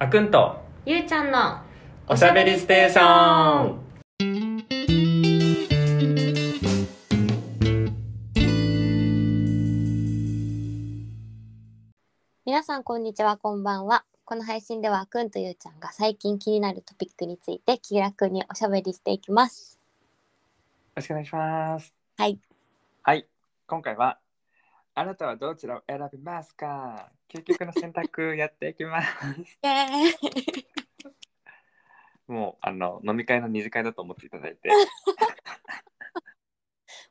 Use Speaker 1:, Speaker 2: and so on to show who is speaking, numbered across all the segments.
Speaker 1: あくんと
Speaker 2: ゆうちゃんの
Speaker 1: おしゃべりステーション
Speaker 2: 皆さんこんにちはこんばんはこの配信ではあくんとゆうちゃんが最近気になるトピックについて気楽におしゃべりしていきます
Speaker 3: よろしくお願いします。
Speaker 2: はい。
Speaker 3: はい。今回は、あなたはどちらを選びますか究極の選択やっていき ます。
Speaker 2: イエーイ
Speaker 3: もう、あの、飲み会の二次会だと思っていただいて、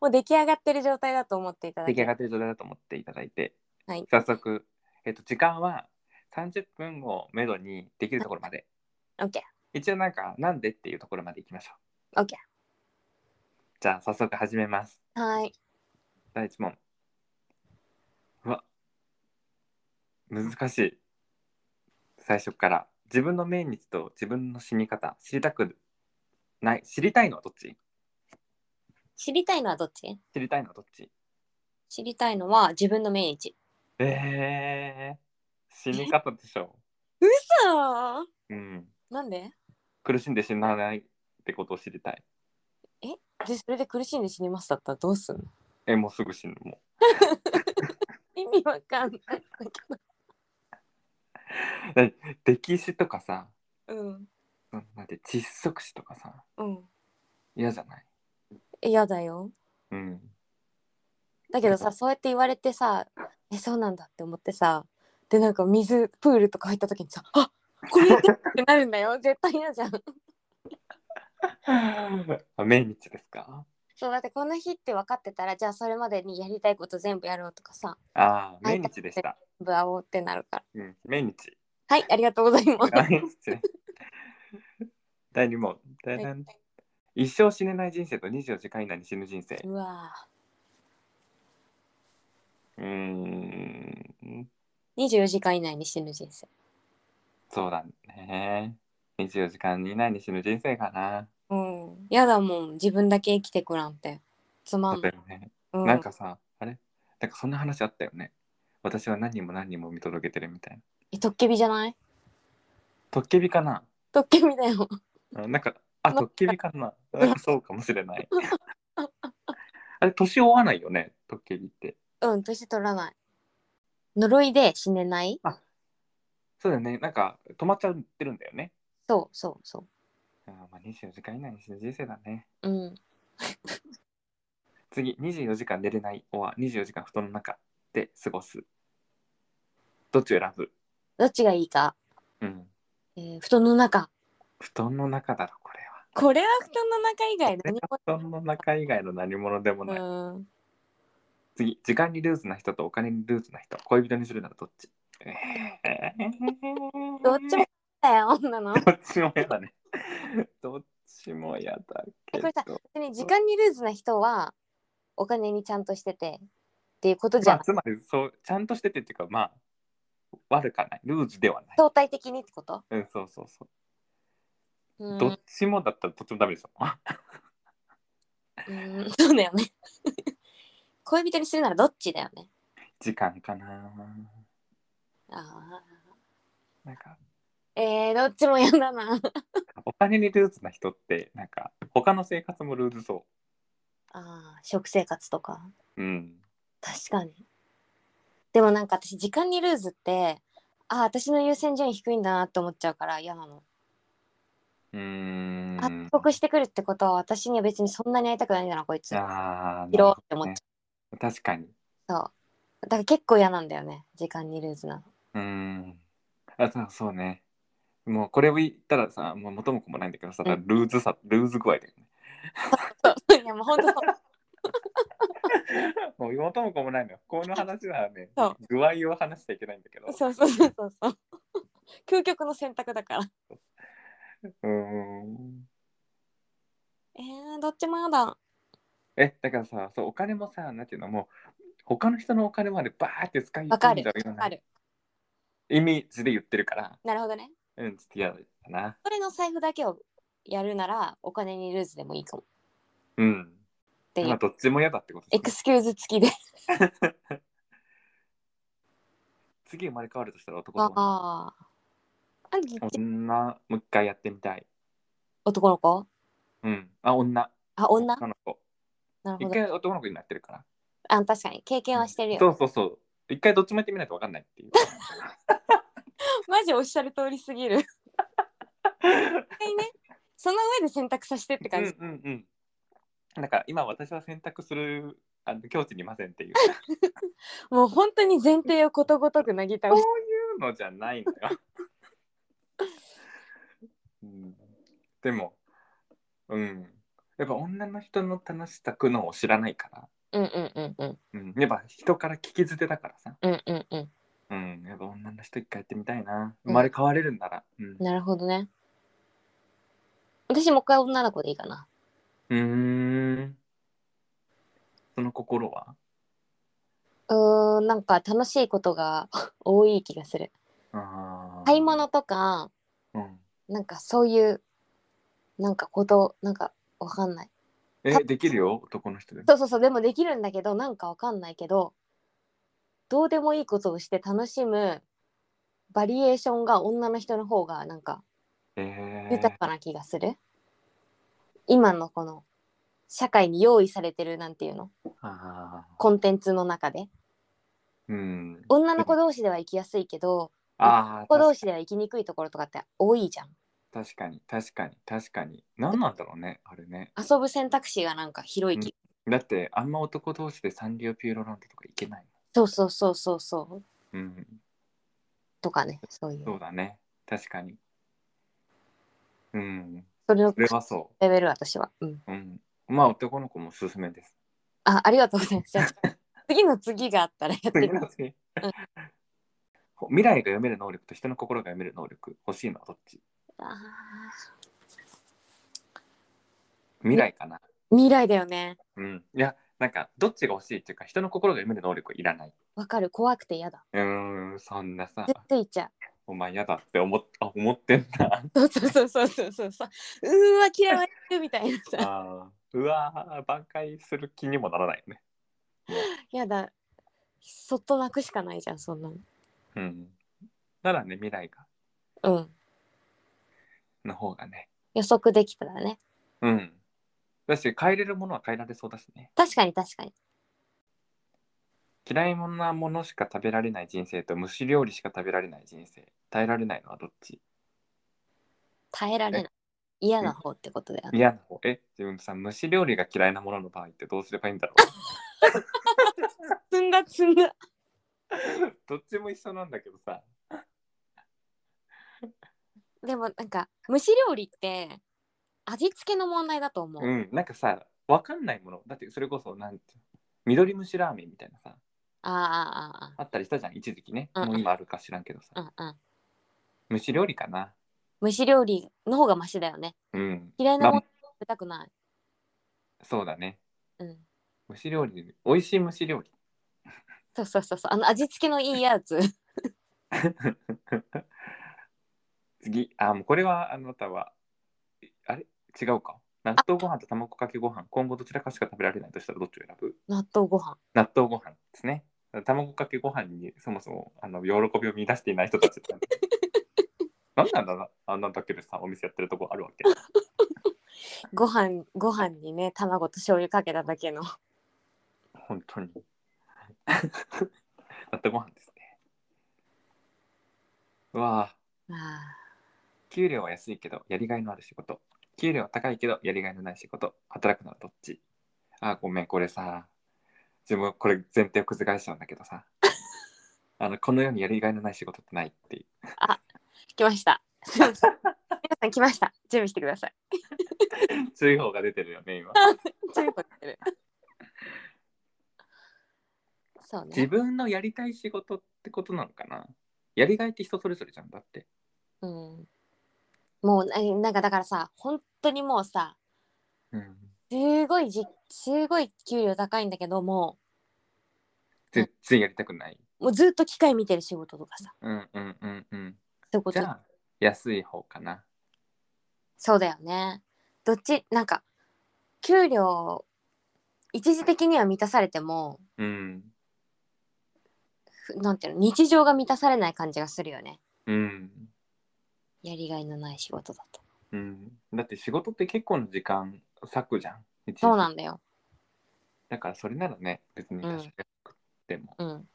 Speaker 2: もう出来上がってる状態だと思っていただ
Speaker 3: 出来
Speaker 2: き
Speaker 3: 上がってる状態だと思っていただいて、
Speaker 2: はい
Speaker 3: 早速、えっと、時間は30分をめどにできるところまで。
Speaker 2: オッケ
Speaker 3: 一応なんか、なんでっていうところまで行きましょう。
Speaker 2: OK
Speaker 3: じゃあ、早速始めます。
Speaker 2: ーはい
Speaker 3: 第一問うわ難しい最初から自分の命日と自分の死に方知りたくない知りたいのはどっち
Speaker 2: 知りたいのはどっち
Speaker 3: 知りたいのはどっち
Speaker 2: 知りたいのは自分の命日
Speaker 3: えー、死に方でしょ、
Speaker 2: そう
Speaker 3: うん、
Speaker 2: なんで
Speaker 3: 苦しんで死なないってことを知りたい
Speaker 2: でそれで苦しんで死にますだったらどうすんの
Speaker 3: えもうすぐ死ぬも
Speaker 2: 意味わかんない
Speaker 3: う溺死とかさ
Speaker 2: うん
Speaker 3: うんなんて窒息死とかさ
Speaker 2: うん
Speaker 3: 嫌じゃない
Speaker 2: 嫌だよ
Speaker 3: うん
Speaker 2: だけどさそうやって言われてさえそうなんだって思ってさでなんか水プールとか入った時にさあこれってなるんだ よ絶対嫌じゃん
Speaker 3: あ命日ですか
Speaker 2: そうだってこの日って分かってたらじゃあそれまでにやりたいこと全部やろうとかさ
Speaker 3: ああ
Speaker 2: はい
Speaker 3: 命日でした
Speaker 2: 全部会おうってなるから
Speaker 3: うん、命日。
Speaker 2: はいありがとうございます
Speaker 3: あ失 礼第2問。だだん一生死ねない人生と24時間以内に死ぬ人生。
Speaker 2: うわ
Speaker 3: うーん、
Speaker 2: ー24時間以内に死ぬ人生
Speaker 3: そうだね。24時間以内に死ぬ人生かな。
Speaker 2: うんやだもん自分だけ生きてこらんってつま
Speaker 3: そうんだ、よね。
Speaker 2: う
Speaker 3: なんかさ、あれなんかそんな話あったよね。私は何人も何人も見届けてるみたいな。
Speaker 2: えトッケビじゃない
Speaker 3: トッケビかな
Speaker 2: トッケビだよ
Speaker 3: あなんか、あ、
Speaker 2: なんか
Speaker 3: トッケビかななんかそうかもしれ ない。あれ、年追わないよね、トッケビって。
Speaker 2: うん年取らない呪いで死ねない
Speaker 3: そうだよね。なんか、止まっちゃってるんだよね。
Speaker 2: そうそうそ
Speaker 3: あーまあ、24時間以内に死ぬ人生だね。
Speaker 2: ううん
Speaker 3: 次、24時間寝れない、おは24時間布団の中で過ごす。どっちを選ぶ
Speaker 2: どっちがいいか、
Speaker 3: うん。
Speaker 2: えー布団の中
Speaker 3: 布団の中だろ、これは。
Speaker 2: これは布団の中以外何
Speaker 3: 布団の中以外の何者でもない。
Speaker 2: もうん
Speaker 3: 次、時間にルーズな人とお金にルーズな人、恋人にするならどっちえー
Speaker 2: どっちもだよ女の
Speaker 3: どっちも嫌だね。どっちも嫌だけ
Speaker 2: えこれさ
Speaker 3: ど。
Speaker 2: 別に時間にルーズな人はお金にちゃんとしててっていうことじ
Speaker 3: ま
Speaker 2: ゃ
Speaker 3: あ、
Speaker 2: ん
Speaker 3: つまりそう、ちゃんとしててっていうか、まあ、悪かない。ルーズではない。
Speaker 2: 相対的にってこと、
Speaker 3: うん、そうそうそう。
Speaker 2: うん、
Speaker 3: どっちもだったらとってもダメでしょ。
Speaker 2: うんそうだよね 恋人にするならどっちだよね
Speaker 3: 時間かな。
Speaker 2: あ
Speaker 3: なんか
Speaker 2: ーえー、どっちも嫌だな
Speaker 3: お金にルーズな人ってなんか他の生活もルーズそ
Speaker 2: あー食生活とか
Speaker 3: う。うん。
Speaker 2: 確かにでもなんか私時間にルーズってあー私の優先順位低いんだなって思っちゃうから嫌なの
Speaker 3: うーん。
Speaker 2: あ遅刻してくるってことは私には別にそんなに会いたくないんだなこいつ切
Speaker 3: ああ。
Speaker 2: ろうって思っち
Speaker 3: な
Speaker 2: ゃ
Speaker 3: るほどね確かに。
Speaker 2: うだから結構嫌なんだよね時間にルーズ なの
Speaker 3: うーん。あとそうね。もうこれを言ったらさ、もう元も子もないんだけどさ、
Speaker 2: う
Speaker 3: ルーズさ、ルーズ具合だよね。
Speaker 2: いやもうほんとそう
Speaker 3: もう元も子もないのよ。この話はね
Speaker 2: そう、
Speaker 3: 具合を話しちゃいけないんだけど。
Speaker 2: そうそうそうそうそう究極の選択だから
Speaker 3: うーん。
Speaker 2: えー、どっちも嫌だ
Speaker 3: えだからさそうお金もさなんていうのもう他の人のお金までバーって使い
Speaker 2: わか
Speaker 3: 込ん
Speaker 2: る
Speaker 3: じゃうよ
Speaker 2: わ
Speaker 3: うな
Speaker 2: かる
Speaker 3: イメージで言ってるから
Speaker 2: なるほどね
Speaker 3: うんちょっと嫌だな
Speaker 2: それの財布だけをやるならお金にルーズでもいいかもっ
Speaker 3: うん
Speaker 2: てい
Speaker 3: まあ
Speaker 2: う
Speaker 3: どっちも嫌だってこと
Speaker 2: エク
Speaker 3: ですね
Speaker 2: スキューズ付きで
Speaker 3: 次生まれ変わるとしたら男と女
Speaker 2: ああアンギって
Speaker 3: 女、もう一回やってみたい。
Speaker 2: 男の子
Speaker 3: うん。あ、女。
Speaker 2: あ、女
Speaker 3: 男の子。
Speaker 2: な
Speaker 3: 一
Speaker 2: るほど。
Speaker 3: 回男の子になってるから。
Speaker 2: あ、確かに。経験はしてる
Speaker 3: そ
Speaker 2: よ。
Speaker 3: うそうそう。一回どっちもやってみないとわかんないっていう。
Speaker 2: マジおっしゃる通りすぎる。一回ね、その上で選択させてって
Speaker 3: うん
Speaker 2: 感
Speaker 3: う
Speaker 2: じ。
Speaker 3: んうん。なんか今私は選択するあの境地にいませんっていう
Speaker 2: もう本当に前提をことごとくなぎ倒
Speaker 3: そうい
Speaker 2: し
Speaker 3: うのじゃないのよ。うん、でも、うん、やっぱ女の人の楽しさ苦悩を知らないから、
Speaker 2: うんうんうんうん
Speaker 3: うん、やっぱ人から聞き捨てだからさ、
Speaker 2: うんうんう
Speaker 3: うん、やっぱ女の人一回やってみたいな生まれ変われるんなら、うん
Speaker 2: ん。なるほどね。私もう一回女の子でいいかな。
Speaker 3: うーんその心は
Speaker 2: うーん、なんか楽しいことが 多い気がする。
Speaker 3: あー
Speaker 2: 買い物とか、
Speaker 3: うん、
Speaker 2: なんかそういう、なんかこと、なんかわかんない。
Speaker 3: えできるよ男の人でも
Speaker 2: そうそうそう、でもできるんだけど、なんかわかんないけど、どうでもいいことをして楽しむバリエーションが女の人の方がなんか
Speaker 3: えー
Speaker 2: 豊かな気がする。今のこの社会に用意されてるなんていうの
Speaker 3: あー
Speaker 2: コンテンツの中で
Speaker 3: うん、
Speaker 2: 女の子同士では生きやすいけど
Speaker 3: あ
Speaker 2: 子
Speaker 3: あ
Speaker 2: 同士では生きにくいところとかって多いじゃん
Speaker 3: 確かに確かに確かに何なんだろうねあれね
Speaker 2: 遊ぶ選択肢がなんか広い気、
Speaker 3: だってあんま男同士でサンリオピューロランドとか行けない
Speaker 2: そうそうそうそうそう
Speaker 3: のうん
Speaker 2: とかねそういう
Speaker 3: そうだね確かにうん
Speaker 2: それを
Speaker 3: それはそ
Speaker 2: レベル私は。うん。
Speaker 3: ううんまあ男の子もおすすめです
Speaker 2: あ、ありがとうございますじゃ あ。次の次があったらやって
Speaker 3: 次
Speaker 2: み
Speaker 3: の
Speaker 2: ます。
Speaker 3: 次未来が読める能力と人の心が読める能力欲しいのはどっち
Speaker 2: あ
Speaker 3: 未来かな
Speaker 2: ー未来だよね。
Speaker 3: うんいやなんかどっちが欲しいっていうか人の心が読める能力いらない
Speaker 2: わかる。怖くて嫌だ。
Speaker 3: うーんそんなさ
Speaker 2: 絶対いっちゃ
Speaker 3: お前やだって思っあ思ってんだ
Speaker 2: う。そうそうそうそうそうそう。うーわ、嫌われてるみたいなさ。
Speaker 3: あーうわー挽回する気にもならないよね。
Speaker 2: 嫌だ。そっと泣くしかないじゃん、そんなの。
Speaker 3: うん、ならね未来が
Speaker 2: うん。
Speaker 3: の方がね。
Speaker 2: 予測できたらね。
Speaker 3: うん。だし変えれるものは変えられそうだしね。
Speaker 2: 確かに確かに。
Speaker 3: 嫌いなものしか食べられない人生と虫料理しか食べられない人生耐えられないのはどっち
Speaker 2: 耐えられない。嫌な方ってことだよね。
Speaker 3: 嫌な方え自分さ虫料理が嫌いなものの場合ってどうすればいいんだろ
Speaker 2: 積んだ積んだ。
Speaker 3: う どっちも一緒なんだけどさ。
Speaker 2: でもなんか、蒸し料理って味付けの問題だと思う。
Speaker 3: うんなんかさ分かんないものだってそれこそなんていうの緑虫ラーメンみたいなさ
Speaker 2: あーあ
Speaker 3: あったりしたじゃん一時期ね
Speaker 2: うん
Speaker 3: もう今あるか知らんけどさ
Speaker 2: ー、あーあー、うんうん。
Speaker 3: 虫料理かな
Speaker 2: 蒸し料理の方がマシだよね。
Speaker 3: うん
Speaker 2: 嫌いなも
Speaker 3: ま
Speaker 2: の食べたくない。
Speaker 3: そうだね
Speaker 2: うん。
Speaker 3: 蒸し料理美味しい蒸し料理
Speaker 2: そうそうそうそう。あの味付けのいいやつ。
Speaker 3: 次あもうこれはあなたはあれ違うか納豆ご飯と卵かけご飯今後どちらかしか食べられないとしたらどっちを選ぶ
Speaker 2: 納豆ご飯。
Speaker 3: 納豆ご飯ですね卵かけご飯にそもそもあの喜びを見出していない人たち だねなんなんだなあんなんだけでさお店やってるとこあるわけ
Speaker 2: ご飯ご飯にね卵と醤油かけただけの。
Speaker 3: 本当に 納豆ご飯ですねうわあ
Speaker 2: あ
Speaker 3: 給料は安いけどやりがいのある仕事給料は高いけどやりがいのない仕事働くのはどっちあーごめんこれさ自分これ前提を覆しちゃうんだけど さあのこの世にやりがいのない仕事ってないっていう
Speaker 2: ー来ました。すいません皆さん来ました。準備してください。
Speaker 3: 注意報が出てるよね今
Speaker 2: 準備してる。そう
Speaker 3: 自
Speaker 2: ね。
Speaker 3: 分のやりたい仕事ってことなのかなやりがいって人それぞれじゃんだって
Speaker 2: うん。もうななんかだからさ本当にもうさ
Speaker 3: うん
Speaker 2: すごいじすごい給料高いんだけども
Speaker 3: 全然やりたくないう
Speaker 2: もうずっと機械見てる仕事とかさ
Speaker 3: うんうんうんうん
Speaker 2: そういうこ
Speaker 3: じ
Speaker 2: と
Speaker 3: ゃあ安い方かな
Speaker 2: そうだよね。どっちなんか給料一時的には満たされても
Speaker 3: うん
Speaker 2: ふなんていうの日常が満たされない感じがするよね。
Speaker 3: うん
Speaker 2: やりがいのない仕事だと。
Speaker 3: うん、だって仕事って結構の時間割くじゃん一日
Speaker 2: そうなんだよ。
Speaker 3: だからそれならね別に
Speaker 2: うん
Speaker 3: 確かでも、
Speaker 2: うん。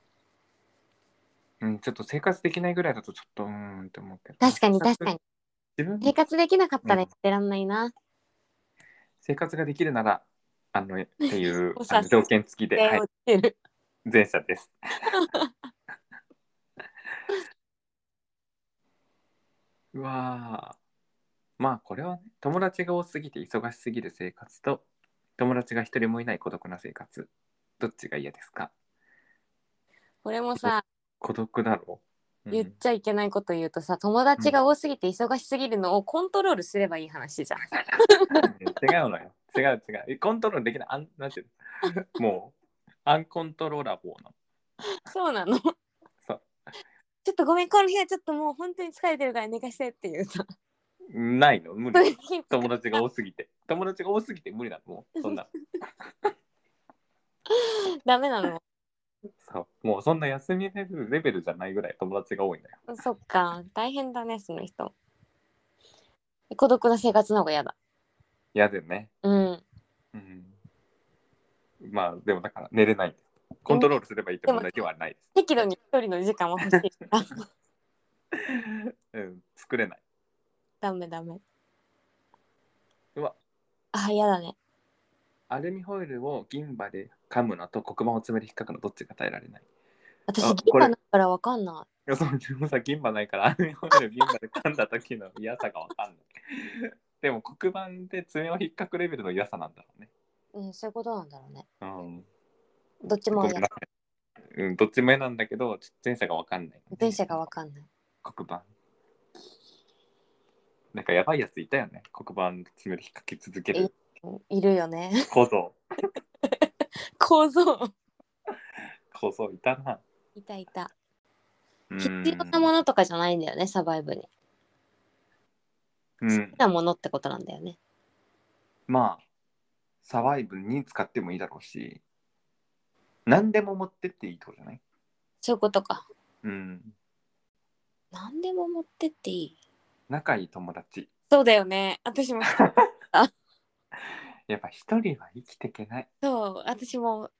Speaker 3: うんちょっと生活できないぐらいだとちょっとうーんって思うけど
Speaker 2: 確かに確かに。
Speaker 3: 自分
Speaker 2: 生活できなかったら
Speaker 3: う
Speaker 2: や
Speaker 3: ん
Speaker 2: ってらんないな。
Speaker 3: 生活ができるならあのって いう
Speaker 2: お察し
Speaker 3: あの条件付きで、
Speaker 2: で
Speaker 3: はい、
Speaker 2: 落ちてる
Speaker 3: 前者です うわーまあこれはね友達が多すぎて忙しすぎる生活と友達が一人もいない孤独な生活どっちが嫌ですか
Speaker 2: これもさ、
Speaker 3: 孤独だろう、うん
Speaker 2: 言っちゃいけないこと言うとさ、友達が多すぎて忙しすぎるのをコントロールすればいい話じゃん。
Speaker 3: 違うのよ。違う違うえ。コントロールできない。あんなんていうの もう、アンコントローラボーなの。
Speaker 2: そうなの。ち
Speaker 3: そう
Speaker 2: ょっとごめん、この日はちょっともう本当に疲れてるから寝かしてっていうさ。
Speaker 3: ないの無
Speaker 2: そうい
Speaker 3: 理
Speaker 2: う。日
Speaker 3: 友達が多すぎて。友達が多すぎて無理なの。もう、そんな。
Speaker 2: ダメなの。
Speaker 3: そう。もう、そんな休みレベルレベルじゃないぐらい友達が多いんだよ。
Speaker 2: そっか、大変だね、その人。孤独な生活の方が嫌だ。
Speaker 3: 嫌だよね。
Speaker 2: うん。
Speaker 3: うん。まあ、でもだから、寝れない。コントロールすればいいって問題ではないです。
Speaker 2: 適度に一人の時間は欲しい から。
Speaker 3: うん、作れない。
Speaker 2: ダメダメ。
Speaker 3: うわ。
Speaker 2: あ、嫌だね。
Speaker 3: アルミホイルを銀歯で噛むのと黒板を爪で引っかくのどっちが耐えられない
Speaker 2: 私、
Speaker 3: あ
Speaker 2: 銀
Speaker 3: これ
Speaker 2: 歯ないからわかんない
Speaker 3: や、そう、自分さ、銀歯ないから、アルミホイル銀歯で噛んだ時の嫌さがわかんない。でも、黒板で爪を引っかくレベルの嫌さなんだろうね。
Speaker 2: い。うん、そういうことなんだろうね。
Speaker 3: うん。
Speaker 2: どっち
Speaker 3: ご
Speaker 2: も
Speaker 3: めん
Speaker 2: 嫌
Speaker 3: なさ
Speaker 2: だ。
Speaker 3: い。うん、どっちも嫌なんだけど、ちょっと前者がわかんない。
Speaker 2: 電車がわかんない。
Speaker 3: 黒板。なんかやばいやついたよね。黒板爪で引っかき続ける
Speaker 2: うんいるよね。
Speaker 3: 小僧。
Speaker 2: 構造。
Speaker 3: 小僧いたな。
Speaker 2: いたいた。
Speaker 3: うん
Speaker 2: 必要なものとかじゃないんだよね、サバイブに。
Speaker 3: う
Speaker 2: 好
Speaker 3: ん
Speaker 2: き。なものってことなんだよね。
Speaker 3: まあ、サバイブに使ってもいいだろうし、何でも持ってっていいってことじゃない
Speaker 2: そういうことか。
Speaker 3: うん。
Speaker 2: 何でも持ってっていい。
Speaker 3: 仲いい友達
Speaker 2: そうだよね。私も
Speaker 3: やっぱ一人は生きていけない
Speaker 2: そう、私も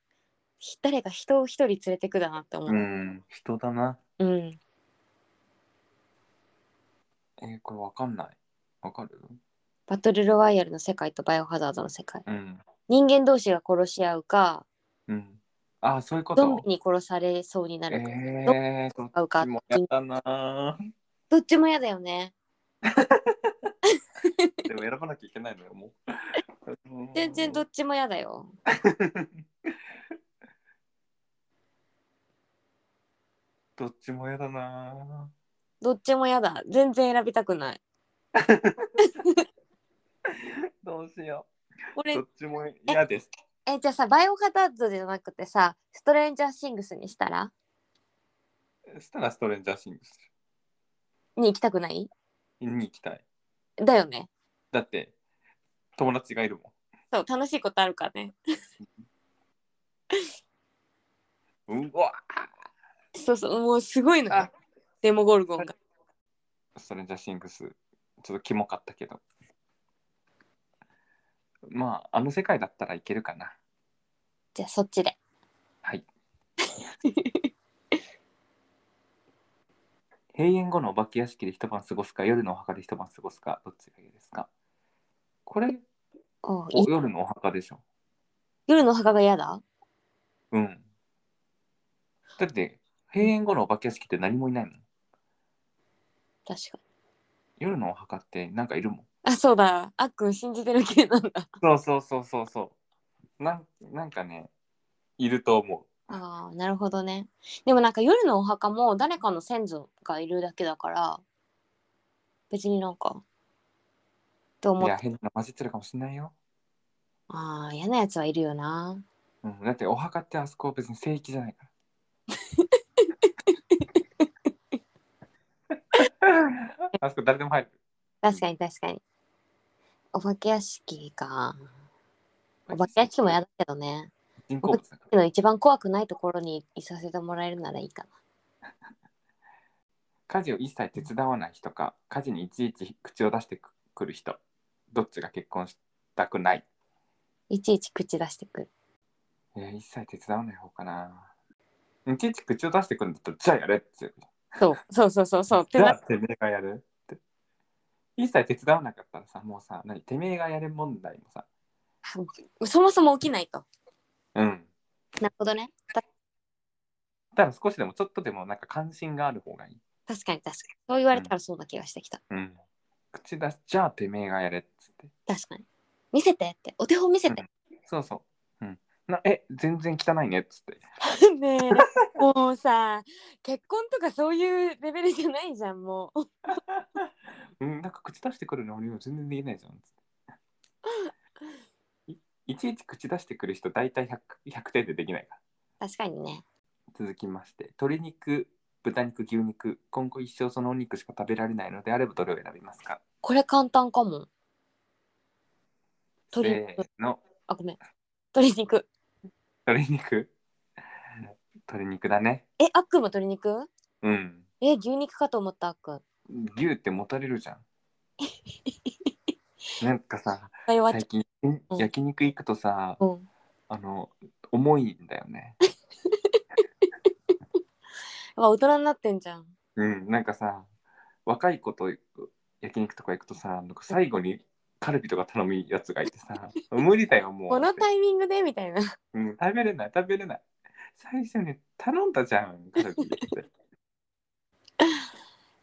Speaker 2: ひ誰か人を一人連れてくだなって思
Speaker 3: う
Speaker 2: う。
Speaker 3: ん人だな
Speaker 2: うん。
Speaker 3: えーこれわかんないわかる
Speaker 2: バトルロワイヤルの世界とバイオハザードの世界。
Speaker 3: うん
Speaker 2: 人間同士が殺し合うか、
Speaker 3: うんあーそういうこ
Speaker 2: ゾン
Speaker 3: と
Speaker 2: ビに殺されそうにな
Speaker 3: え
Speaker 2: るか。
Speaker 3: ー、ど
Speaker 2: どっ
Speaker 3: っ
Speaker 2: ちか
Speaker 3: ちもやだな
Speaker 2: どっちも嫌だよね。
Speaker 3: ーでも選ばなきゃいけないのよもう
Speaker 2: 全然ど
Speaker 3: っ
Speaker 2: っちも嫌だよ。
Speaker 3: どっちもやだな
Speaker 2: どっちも嫌だ。全然選びたくない。
Speaker 3: ーどうしよう
Speaker 2: 俺
Speaker 3: どっちも嫌です
Speaker 2: えじゃあさバイオハザードじゃなくてさストレンジャーシングスにしたら
Speaker 3: したらストレンジャーシングス
Speaker 2: に行きたくない
Speaker 3: に行きたい
Speaker 2: だよね
Speaker 3: だって友達がいるもん
Speaker 2: そう楽しいことあるからね
Speaker 3: うわ
Speaker 2: そうそうもうすごいのよ
Speaker 3: あ
Speaker 2: デモゴルゴンが
Speaker 3: ストレンジャーシングスちょっとキモかったけどまああの世界だったらいけるかな
Speaker 2: じゃあそっちで
Speaker 3: はい閉園後のお化け屋敷で一晩過ごすか夜のお墓で一晩過ごすかどっちがいいですかこれ
Speaker 2: おうい
Speaker 3: お夜のお墓でしょ
Speaker 2: 夜のお墓が嫌だ
Speaker 3: うんだって閉園後のお化け屋敷って何もいないもん
Speaker 2: 確かに
Speaker 3: 夜のお墓ってなんかいるもん
Speaker 2: あそうだあっくん信じてる系なんだ
Speaker 3: そうそうそうそうそうなんなんかねいると思う
Speaker 2: あーなるほどねでもなんか夜のお墓も誰かの先祖がいるだけだから別になんかと思
Speaker 3: い
Speaker 2: っ
Speaker 3: や、
Speaker 2: て
Speaker 3: 変なの混じってるかもしれないよ。
Speaker 2: ああ嫌なやつはいるよな
Speaker 3: うん、だってお墓ってあそこ別に聖域じゃない から。あそこ誰でも入る。
Speaker 2: 確かに確かに。お化け屋敷か。お化け屋敷もやだけどね。
Speaker 3: 人工物だか
Speaker 2: でも一番怖くないところにいさせてもらえるならいいかな。
Speaker 3: ら。家事を一切手伝わない人か家事にいちいち口を出してくくる人どっちが結婚したくない
Speaker 2: いちいち口出してくる。
Speaker 3: いや一切手伝わない方かないちいち口を出してくるんだったらじゃあやれって
Speaker 2: そうそうそうそうそう。っ
Speaker 3: じ
Speaker 2: て
Speaker 3: ゃあ
Speaker 2: な
Speaker 3: てめえがやるって一切手伝わなかったらさもうさ何てめえがやる問題もさ
Speaker 2: そもそも起きないと。
Speaker 3: うん
Speaker 2: なるほどね。た
Speaker 3: ただ少しでもちょっとでもなんか関心がある方がいい
Speaker 2: 確かに確かに。そう言われたらそうな気がしてきた。
Speaker 3: うん口出しじゃあてめえがやれっつって
Speaker 2: 確かに。見せてって。お手本見せて。
Speaker 3: そうそううんなえ全然汚いねっつって
Speaker 2: ねえもうさ結婚とかそういうレベルじゃないじゃんもう
Speaker 3: うん、なんか口出してくるの俺は全然できないじゃんっつ って。いいちいち口出してくる人大体 100, 100点でできないから。
Speaker 2: 確かにね
Speaker 3: 続きまして、鶏肉、豚肉、牛肉、今後一生そのお肉しか食べられないのであればどれを選びますか
Speaker 2: これ簡単かも鶏肉、
Speaker 3: せーの、
Speaker 2: あごめん鶏肉
Speaker 3: 鶏肉。鶏肉だね。
Speaker 2: えあっくんも鶏肉
Speaker 3: うん。
Speaker 2: え牛肉かと思ったあっくん
Speaker 3: 牛ってもたれる じゃん。なんかさ、
Speaker 2: あ弱っ
Speaker 3: 最
Speaker 2: ち
Speaker 3: 近
Speaker 2: うん
Speaker 3: 焼肉行くとさ、
Speaker 2: ゃう、うん、
Speaker 3: あの、重いんだよね。
Speaker 2: うわ大人になってんじゃん
Speaker 3: うん、なんかさ若い子と焼肉とか行くとさなんか最後にカルビとか頼むやつがいてさ無理だよもう
Speaker 2: このタイミングでみたいな
Speaker 3: うん、食べれない食べれない最初に頼んだじゃんカルビって、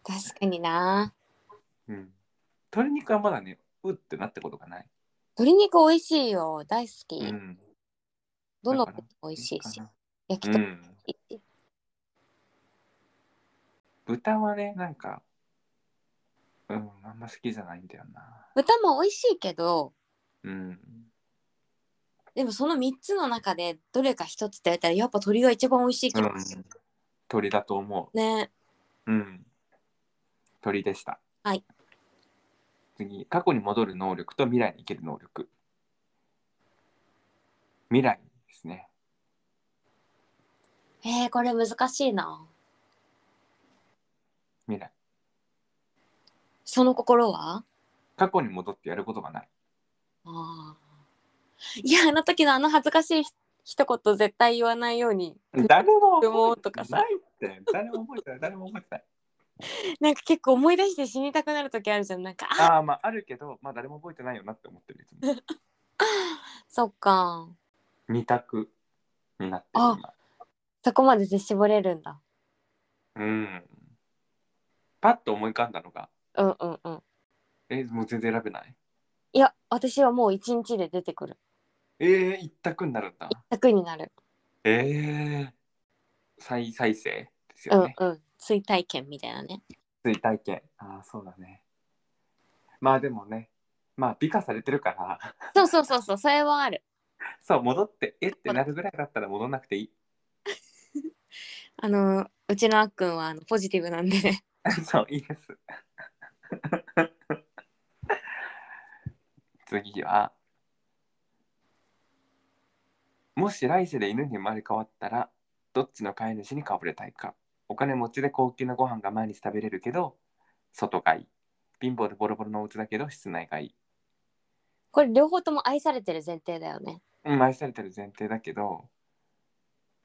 Speaker 2: 確かにな
Speaker 3: うん、鶏肉はまだねうってなったことがない、
Speaker 2: 鶏肉美味しいよ大好き、
Speaker 3: うん、
Speaker 2: どの
Speaker 3: だから
Speaker 2: 美味しいし
Speaker 3: かな
Speaker 2: 焼
Speaker 3: う
Speaker 2: き鳥
Speaker 3: ん
Speaker 2: 美味しい
Speaker 3: 豚はねなんかうんあんま好きじゃないんだよな
Speaker 2: 豚も美味しいけど
Speaker 3: うん
Speaker 2: でもその3つの中でどれか1つって言われたらやっぱ鳥が一番美味しいけ
Speaker 3: う
Speaker 2: ど、
Speaker 3: ん鳥だと思
Speaker 2: ね
Speaker 3: ううん鳥でした
Speaker 2: はい
Speaker 3: 次過去に戻る能力と未来に生きる能力未来ですね
Speaker 2: えー、これ難しいな
Speaker 3: 未来
Speaker 2: その心は
Speaker 3: 過去に戻ってやることがない
Speaker 2: あーいやあの時のあの恥ずかしいひ一言絶対言わないように
Speaker 3: 誰も
Speaker 2: でも
Speaker 3: 覚え
Speaker 2: とかさ
Speaker 3: ないって誰も覚えてない誰も覚えてない
Speaker 2: なんか結構思い出して死にたくなる時あるじゃんなんかあ
Speaker 3: ああまああるけどまあ誰も覚えてないよなって思ってるいつも
Speaker 2: そっか
Speaker 3: 二択になってる今
Speaker 2: そこまでで絞れるんだ
Speaker 3: うんパッと思い浮かんだのが
Speaker 2: うんうんうん
Speaker 3: えもう全然選べない
Speaker 2: いや私はもう一日で出てくる
Speaker 3: えー、一択になるんだ
Speaker 2: 楽になる
Speaker 3: えー、再再生です
Speaker 2: う
Speaker 3: よね
Speaker 2: ん、うん追体験みたいなね
Speaker 3: 追体験ああそうだねまあでもねまあ美化されてるから
Speaker 2: そうそうそうそうそれはある
Speaker 3: そう戻ってえってなるぐらいだったら戻んなくていい
Speaker 2: あのうちのあっくんはあのポジティブなん でね
Speaker 3: そういいです 次はもし来世で犬に生まれ変わったらどっちの飼い主にかぶれたいかお金持ちで高級なご飯が毎日食べれるけど外がいい貧乏でボロボロのお家だけど室内がいい
Speaker 2: これ両方とも愛されてる前提だよね
Speaker 3: うん愛されてる前提だけど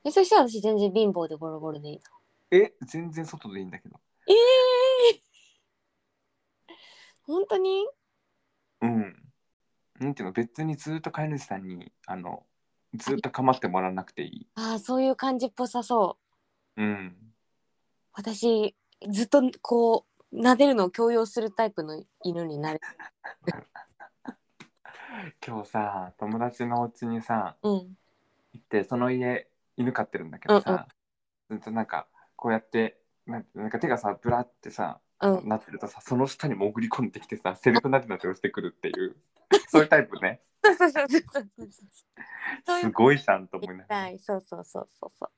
Speaker 2: えそしたら私全然貧乏でボロボロでいいな
Speaker 3: え全然外でいいんだけど
Speaker 2: ええ本当に
Speaker 3: うんなんていうの別にずっと飼い主さんにあのずっと構ってもらわなくていい
Speaker 2: ああそういう感じっぽさそう
Speaker 3: うん
Speaker 2: 私ずっとこう撫でるのを強要するタイプの犬になる
Speaker 3: 今日さ友達のお家にさ
Speaker 2: うん
Speaker 3: 行ってその家犬飼ってるんだけどさ、ずっとなんかこうやってなんなんか手がさブラってさ、
Speaker 2: うん
Speaker 3: なってるとさその下に潜り込んできてさセルフなでなでをしてくるって いうそういうタイプね
Speaker 2: そうそうそうそうそうそうい
Speaker 3: す
Speaker 2: う
Speaker 3: ごいじゃんと思いながら
Speaker 2: はいそうそうそうそうそう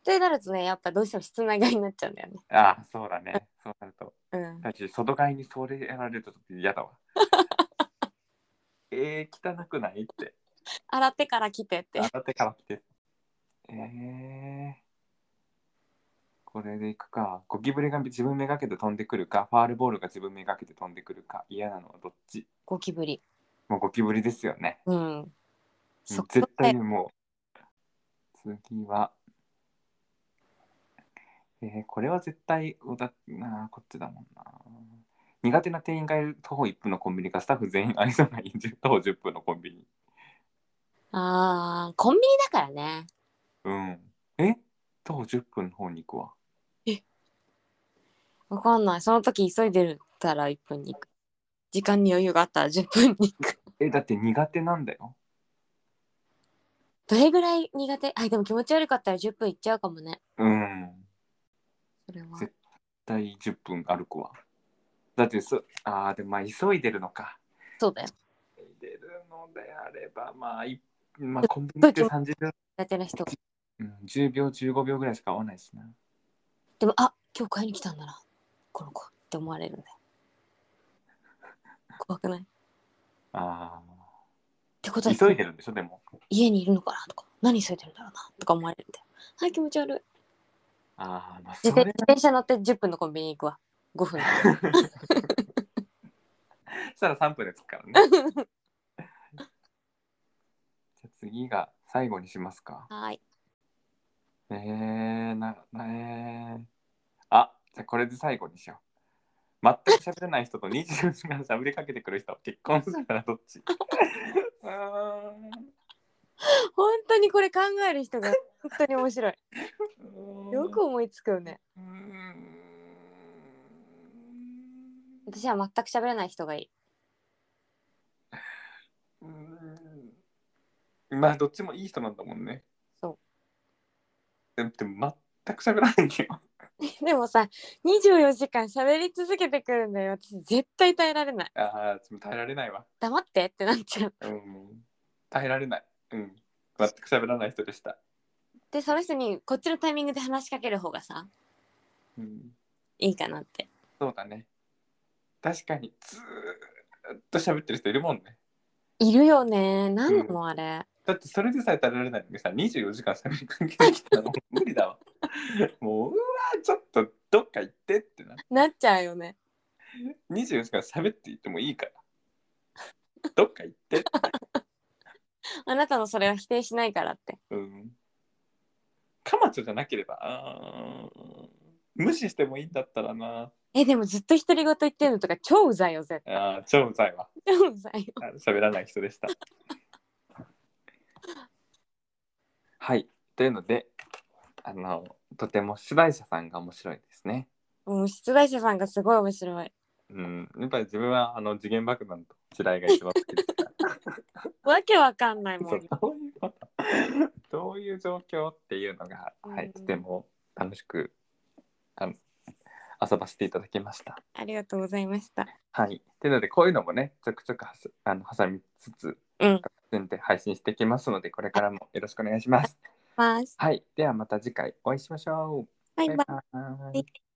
Speaker 2: ってなるとねやっぱどうしても室内側になっちゃうんだよね
Speaker 3: ああそうだねそうなると
Speaker 2: うん
Speaker 3: だし外側にそれやられると嫌 だわえー、汚くないって
Speaker 2: 洗ってから来てって
Speaker 3: 洗ってから来てえー、これでいくかゴキブリが自分めがけて飛んでくるかファールボールが自分めがけて飛んでくるか嫌なのはどっち
Speaker 2: ゴキブリ。
Speaker 3: もうゴキブリですよね
Speaker 2: うん。そこ
Speaker 3: 絶対
Speaker 2: で
Speaker 3: にもう次はえーこれは絶対おだなあこっちだもんな苦手な店員がいる徒歩1分のコンビニかスタッフ全員愛想がいい10徒歩10分のコンビニ
Speaker 2: あーコンビニだからね。
Speaker 3: うんえ徒歩10分の方に行くわ
Speaker 2: わかんない。その時急いでるたら1分に行く。時間に余裕があったら10分に 行く。
Speaker 3: えだって苦手なんだよ
Speaker 2: どれぐらい苦手あ、でも気持ち悪かったら10分行っちゃうかもね。
Speaker 3: うん
Speaker 2: それは。
Speaker 3: 絶対10分歩くわだってそあーでもまあ急いでるのか
Speaker 2: そうだよ。
Speaker 3: 急いでるのであればまあ、いまあ、コンビニって30秒、
Speaker 2: 苦手な人。
Speaker 3: うん、10秒15秒ぐらいしか合わないしな
Speaker 2: でも、あ、今日買いに来たんだな。この子って思われるんだよ。怖くないっ
Speaker 3: あ
Speaker 2: てこと
Speaker 3: ー
Speaker 2: は
Speaker 3: 急いでるんでしょでも
Speaker 2: 家にいるのかなとか、何急いでるんだろうなとか思われるんだよ。はい、気持ち悪い。
Speaker 3: ああまあそ
Speaker 2: 自転
Speaker 3: れ
Speaker 2: 自転車乗って10分のコンビニ行くわ。5 分。
Speaker 3: したら3分でつくからねじゃあ次が最後にしますか
Speaker 2: はい。
Speaker 3: えー、な、なえー、あ、じゃあこれで最後にしよう。全く喋れない人と24時間喋りかけてくる人、結婚するならどっ ちうー
Speaker 2: 本当にこれ考える人が本当に面白
Speaker 3: ん
Speaker 2: い。よく思いつくよね。
Speaker 3: うーん
Speaker 2: 私は全く喋れない人がい い。
Speaker 3: うーんまあ、どっちもいい人なんだもんね。。
Speaker 2: そう
Speaker 3: でも、全く喋らないんだよ。
Speaker 2: でもさ、24時間喋り続けてくるんだよ。私絶対耐えられない。
Speaker 3: ああ、ちょっと耐えられないわ。
Speaker 2: 黙ってってなっちゃう。
Speaker 3: うん。耐えられない。うん。全く喋らない人でした。
Speaker 2: で、その人にこっちのタイミングで話しかける方がさ、
Speaker 3: うん。
Speaker 2: いいかなって。
Speaker 3: そうだね。確かに、ずーっと喋ってる人いるもんね。
Speaker 2: いるよね。何なのあれ。
Speaker 3: だってそれでさえ耐えられないのにさ、24時間喋りかけてきたらも う無理だわ。もう、うわー、ちょっとどっか行ってってな。
Speaker 2: なっちゃうよね。
Speaker 3: 24時間喋っていてもいいから。どっか行って。
Speaker 2: あなたのそれは否定しないからって。
Speaker 3: うん。カマチョじゃなければ、あー無視してもいいんだったらな。
Speaker 2: え、でもずっと独り言言ってるのとか超うざいよ、絶対。
Speaker 3: あー超うざいわ。
Speaker 2: 超うざいよ。
Speaker 3: あ 喋らない人でした。はい。というので、あの、とても出題者さんが面白いですね。
Speaker 2: もう出題者さんがすごい面白い。
Speaker 3: うん。やっぱり自分は、あの、次元爆弾と地雷が一番好きですから。
Speaker 2: わけわかんないも。
Speaker 3: そうんどういうことどういう状況っていうのが、は
Speaker 2: う
Speaker 3: い、
Speaker 2: ん
Speaker 3: とても楽しく、あの、遊ばせていただきました。
Speaker 2: ありがとうございました。
Speaker 3: はい。というので、こういうのもね、ちょくちょくはすあの挟みつつ、
Speaker 2: うん。
Speaker 3: で配信していきますので、これからもよろしくお願いします。
Speaker 2: ます。
Speaker 3: はい。ではまた次回お会いしましょう。
Speaker 2: バイバイ。
Speaker 3: バイバイ